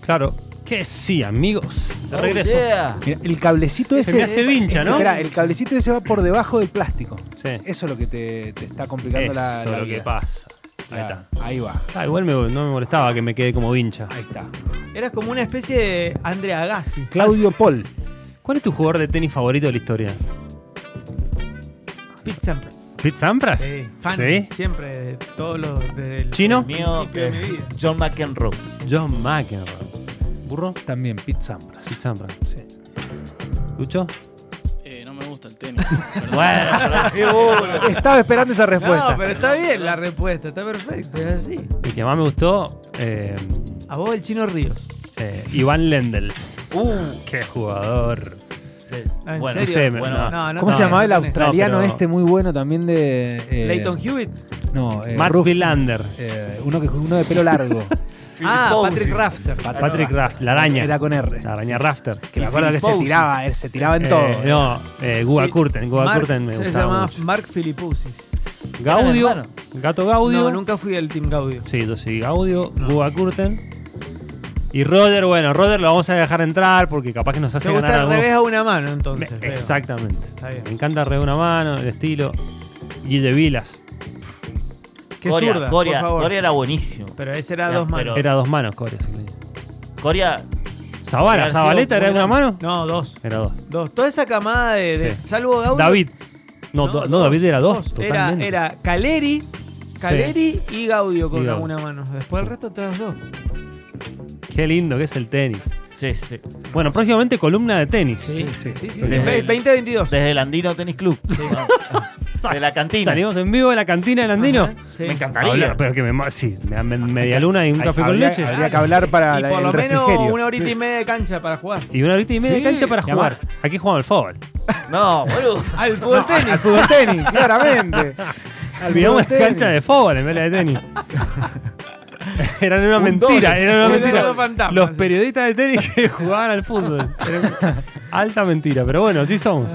Claro. Que sí, amigos. De Oh, regreso. yeah. Mira, el cablecito ese. Se me hace vincha, ¿no? Esperá, el cablecito ese va por debajo del plástico. Sí. Eso es lo que te, te está complicando Eso la. la lo vida. que pasa. Ahí Claro, está. Ahí va. Ah, igual me- no me molestaba que me quede como vincha. Ahí está. Eras como una especie de Andrea Agassi. Claudio Paul. ¿Cuál es tu jugador de tenis favorito de la historia? Pete Sampras. ¿Pete Sampras? Sí, fan ¿Sí? siempre de todos los del ¿Chino? del Mío, principio de mi que- vida. John McEnroe. John McEnroe. ¿Burro? También Pete Sampras. Pete Sampras. ¿Lucho? Eh, no me gusta el tenis. perdón. Estaba esperando esa respuesta. No, pero está bien la respuesta, está perfecto, es así. El que más me gustó, eh, A vos el Chino Ríos. eh, Iván Lendl. ¡Uh! ¡Qué jugador! Ah, ¿en Bueno, serio? no sé, me- Bueno, no, no ¿Cómo te- se llamaba el no tenés. australiano No, pero- este muy bueno también de. eh, Leighton Hewitt. No, eh, Matt Ruff, Villander. eh, uno, que, uno de pelo largo. Ah, Patrick Rafter. Patrick Raft, la araña. Era con R. La araña Rafter. Que me me acuerdo que se tiraba. tiraba, eh, se tiraba en eh, todo. no, eh, Guga Sí. Curten. Guga Mark- Curten me se llamaba gustaba mucho. Mark Filipuzzi. Gaudio. hermano? Gato Gaudio. No, nunca fui del Team Gaudio. Sí, yo sí. Gaudio, Guga Curten. Y Roder, bueno, Roder lo vamos a dejar entrar porque capaz que nos hace Te ganar gusta al algunos revés a una mano, entonces. Me- veo. Exactamente. Está bien. Me encanta re una mano, el estilo. Guille Vilas. Qué Coria, zurda, Coria, por favor. Coria era buenísimo. Pero ese era Era- dos manos. Era dos manos, Corea. Coria, Zavala, Hubiera sido Zabaleta era muy una mano. No, dos. Era dos. Dos. Toda esa camada de. de- Sí. Salvo Gaudio. David. No, do- no, David era dos, Era, totalmente. era Caleri. Caleri y Gaudio con Y Gaudio. una mano. Después el resto todos dos. Qué lindo que es el tenis. sí, sí. Bueno, próximamente columna de tenis. Sí, sí, sí. sí, Desde Ve- el- 2022. Desde el Andino Tenis Club. de la cantina. Salimos en vivo de la cantina del Andino. Ajá, sí. Me encanta. Hablar, pero que me ma- sí, me dan men- media luna y un Hay- café con habría, leche. habría que hablar para Y la, por el lo menos refrigerio. una horita Sí. y media de cancha para jugar. Y una horita y media de Sí, cancha para y además- jugar. Aquí jugamos al fútbol. No, boludo. Al fútbol No, tenis. Al fútbol tenis, claramente. Miramos Al fútbol la tenis. cancha de fútbol en vez de la de tenis. Era una Un mentira, doble. era una Un mentira. doble fantasma, Los sí. periodistas de tenis que jugaban al fútbol. Era una alta mentira, pero bueno, sí somos.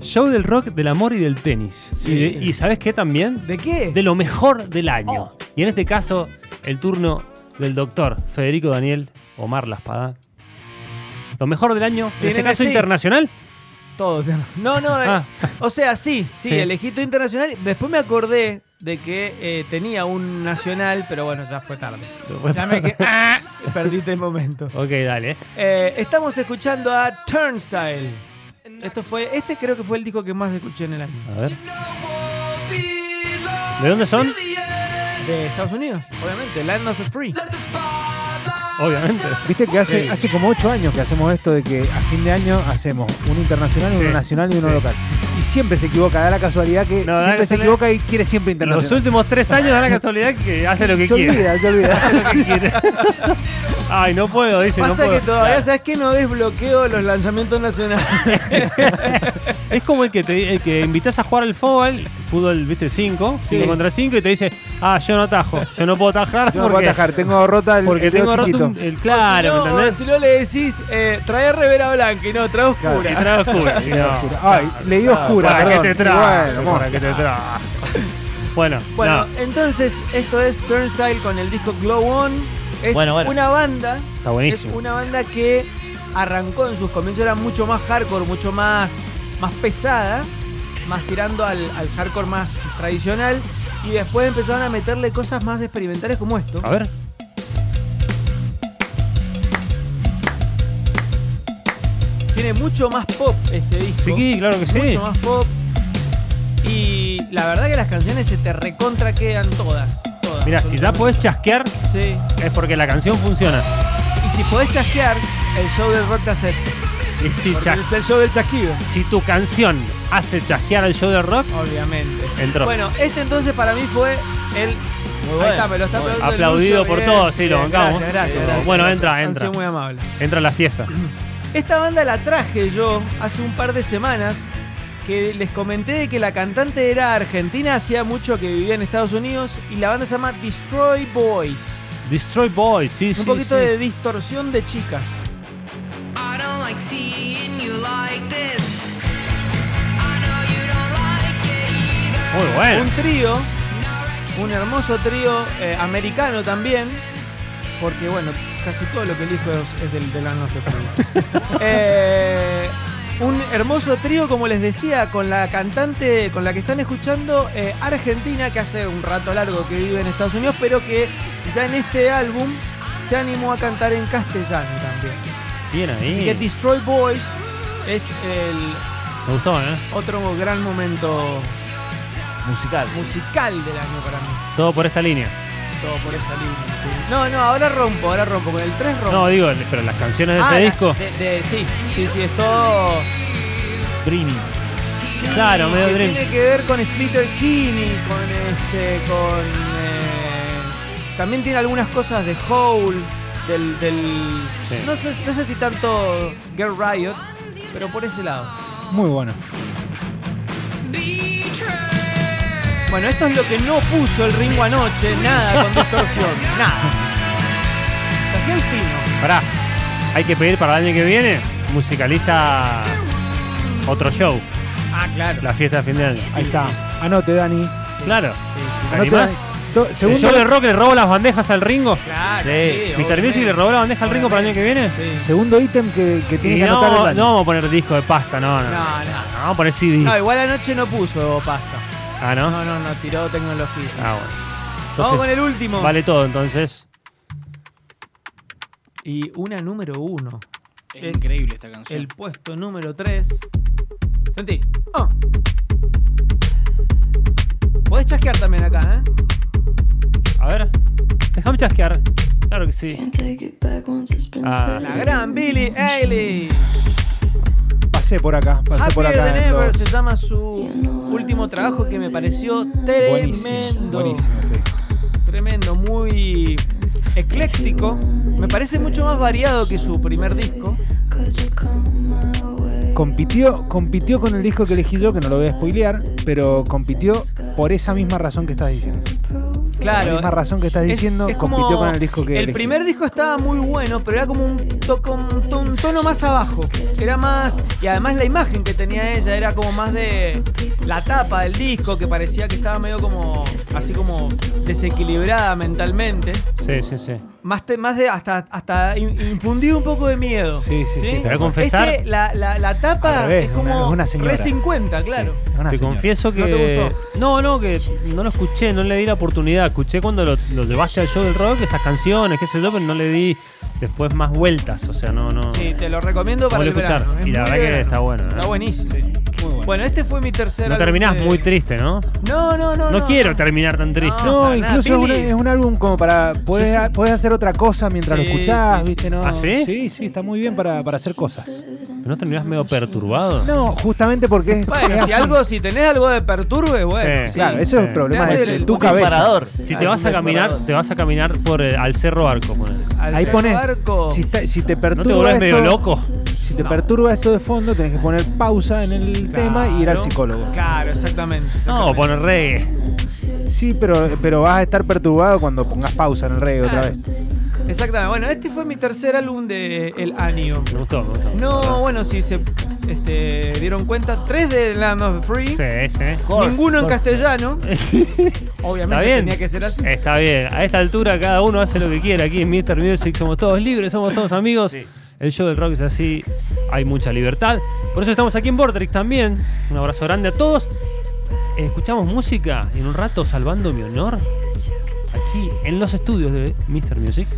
Show del rock, del amor y del tenis. Y, de- y ¿sabes qué también? ¿De qué? De lo mejor del año. Oh. Y en este caso, el turno del doctor Federico Daniel Omar Laspada. Lo mejor del año, Sí, en este en caso NXT. internacional. Todo. No, no, de- Ah. o sea, sí, sí, Sí. elegí todo internacional. Después me acordé de que eh, tenía un nacional, pero bueno, ya fue tarde. Ya me que ah, perdiste el momento. ok, dale. Eh, estamos escuchando a Turnstile. Esto fue, este creo que fue el disco que más escuché en el año. A ver. ¿De dónde son? De Estados Unidos, obviamente, Land of the Free. Obviamente. Viste que hace, hace como ocho años que hacemos esto de que a fin de año hacemos uno internacional, Sí. uno nacional y uno Sí. local. Y siempre se equivoca, da la casualidad que No, da siempre que se se le- equivoca y quiere siempre Los internacional. últimos tres años da la casualidad que hace lo que se quiere. olvida, se olvida. Hace lo que quiere. Ay, no puedo, dice, no Pasa puedo. que todavía, ¿sabes qué? No desbloqueo los lanzamientos nacionales. Es como el que te el que invitas a jugar al fútbol, fútbol, viste, 5, 5 Sí. contra 5, y te dice, ah, yo no atajo, yo no puedo atajar Yo no porque, puedo atajar, tengo rota el, porque el dedo tengo roto chiquito. un- el claro, no, ¿me entendés? si no le decís, eh, trae revera blanca y no, trae oscura. Y trae oscura. y no. Ay, leí oscura, Ah, ¿Para qué perdón. te trae? Bueno, ¿Para qué te trae? Bueno, Bueno, no, entonces esto es Turnstile con el disco Glow On. Es Bueno, bueno. una banda, está es buenísimo. una banda que arrancó en sus comienzos, era mucho más hardcore, mucho más, más pesada, más tirando al, al hardcore más tradicional. Y después empezaron a meterle cosas más experimentales como esto. A ver. Tiene mucho más pop este disco. Sí, claro que sí. Mucho más pop. Y la verdad que las canciones se te recontra quedan todas. todas Mira, si ya podés chasquear, Sí. es porque la canción funciona. Y si podés chasquear, el show del rock te acepta. Y si, Porque chas- es el show del chasquido. si tu canción hace chasquear al show del rock, Obviamente. Entró. Bueno, este entonces para mí fue el. Muy Ahí bueno. está, me lo está muy bueno. aplaudiendo el Aplaudido Lucho, por bien, todos, sí, lo bien, bancamos. Gracias, gracias, Sí, gracias, bueno, gracias. entra, Han entra. sido muy amable. entra la fiesta. Esta banda la traje yo hace un par de semanas. Que les comenté de que la cantante era argentina, hacía mucho que vivía en Estados Unidos. Y la banda se llama Destroy Boys. Destroy Boys, sí, sí. un poquito sí. de distorsión de chicas. I don't like seeing you like this. I know you don't like it either. Muy bueno. Un trío, un hermoso trío eh, americano también, eh, porque bueno, casi todo lo que elijo es, es del, del ano sufrido. Eh, un hermoso trío, como les decía, con la cantante con la que están escuchando, eh, argentina, que hace un rato largo que vive en Estados Unidos, pero que ya en este álbum se animó a cantar en castellano también. Bien ahí. Así que Destroy Boys es el Me gustó, ¿eh? otro gran momento Musical. musical del año para mí. Todo por esta línea. Todo por esta línea. No, no, ahora rompo, ahora rompo. Con el 3 rompo. No, digo, pero las canciones de Ah, ese la- disco, de- de- sí, sí, sí, es todo. Dreaming. claro, medio que dream. Tiene que ver con Splitter Kinney, con este, con. eh, también tiene algunas cosas de Hole, del. del- Sí. no, sé, no sé si tanto Girl Riot, pero por ese lado. Muy bueno. Bueno, esto es lo que no puso el Ringo anoche, nada con distorsión, nada. Se hacía el fino. Pará, hay que pedir para el año que viene, musicaliza otro show, Ah, claro. la fiesta de fin de año. Ahí está. Anote, Dani. Claro. ¿Te Anote, animás? Dani. Do- El segundo, show de rock le robo las bandejas al Ringo. Claro, Sí. sí, Mr. Music obviamente. le robó la bandeja al Ringo para el año que viene. Sí. segundo ítem que, que tiene Y que anotar no, el Dani. no vamos a poner disco de pasta, no, no. No, No, no. vamos a poner CD. No, igual anoche no puso pasta. Ah, ¿no? No, no, no, tiró tecnología. Ah, bueno. Vamos con Entonces, el último. vale todo, entonces. Y una número uno. Es, Es increíble esta canción. El puesto número tres. Sentí. Oh. Podés chasquear también acá, ¿eh? A ver, déjame chasquear. Claro que sí. Can't take it back once it's been Ah, said. La gran Billie eh. Eilish. Pasé por acá, pasé por Happier acá. than en ever los- se llama su último trabajo que me pareció tremendo. Buenísimo. sí. Tremendo, muy ecléctico. Me parece mucho más variado que su primer disco. Could you come my way? Compitió, compitió con el disco que elegí yo, que no lo voy a spoilear, pero compitió por esa misma razón que estás diciendo. Por la Claro. misma razón que estás es- diciendo, es como- compitió con el disco que El elegí. primer disco estaba muy bueno, pero era como un, toco- un to- un tono más abajo. Era más. Y además la imagen que tenía ella era como más de la tapa del disco, que parecía que estaba medio como. así como desequilibrada mentalmente. Sí, sí, sí. Más, te- más de. hasta, hasta in- infundido un poco de miedo. Sí, sí, sí, Te voy a confesar. Es que la, la- la tapa Al revés, es una- como. una señora. re 50, claro. Una te señora. confieso que. ¿No te gustó? no, no, que no lo escuché, no le di la oportunidad. Escuché cuando lo, lo llevaste al show del rock, esas canciones, qué sé yo, pero no le di después más vueltas. O sea, no, no. Sí, te lo recomiendo para Voy a el escuchar. verano. Es Y la muy verdad que verano. está bueno, ¿eh? Está buenísimo. bueno. este fue mi tercer no álbum terminás de- muy triste, ¿no? No, no, no. No, quiero terminar tan triste. No, No, para nada, incluso es un, Billy. es un álbum como para. Podés, Ah, Sí, sí. podés hacer otra cosa mientras Sí, lo escuchás, sí, sí. ¿viste? No, ¿Ah, sí? Sí, sí, está muy bien para, para hacer cosas. ¿Pero ¿No terminás medio perturbado? No, justamente porque es. es Bueno, si así. algo, si tenés algo de perturbe, bueno. Sí. Claro, eso es Sí. un problema Te hace de, el- de tu un cabeza. Parador. Si te vas a caminar, te vas a caminar por el- al Cerro Arco. ponele. Al Ahí Cerro pones. Arco. Si, está- si te perturba. ¿No te volvés esto, medio loco? Si te perturba esto de fondo, tenés que poner pausa en el tema y ir al Claro. psicólogo. Claro, exactamente. No, o poner reggae. Sí, pero, pero vas a estar perturbado cuando pongas pausa en el reggae otra Claro. vez. Exactamente. Bueno, este fue mi tercer álbum de El Año. Me gustó, me gustó. No, bueno, si se este, dieron cuenta, tres de Land of the Free. Sí, sí. Ninguno en castellano. Está Obviamente bien. tenía que ser así. Está bien. A esta altura cada uno hace lo que quiera. Aquí en Mr. Music somos todos libres, somos todos amigos. El show del rock es así. Hay mucha libertad. Por eso estamos aquí en Vortex también. Un abrazo grande a todos. Eh, Escuchamos música y en un rato salvando mi honor. Aquí en los estudios de Mr. Music.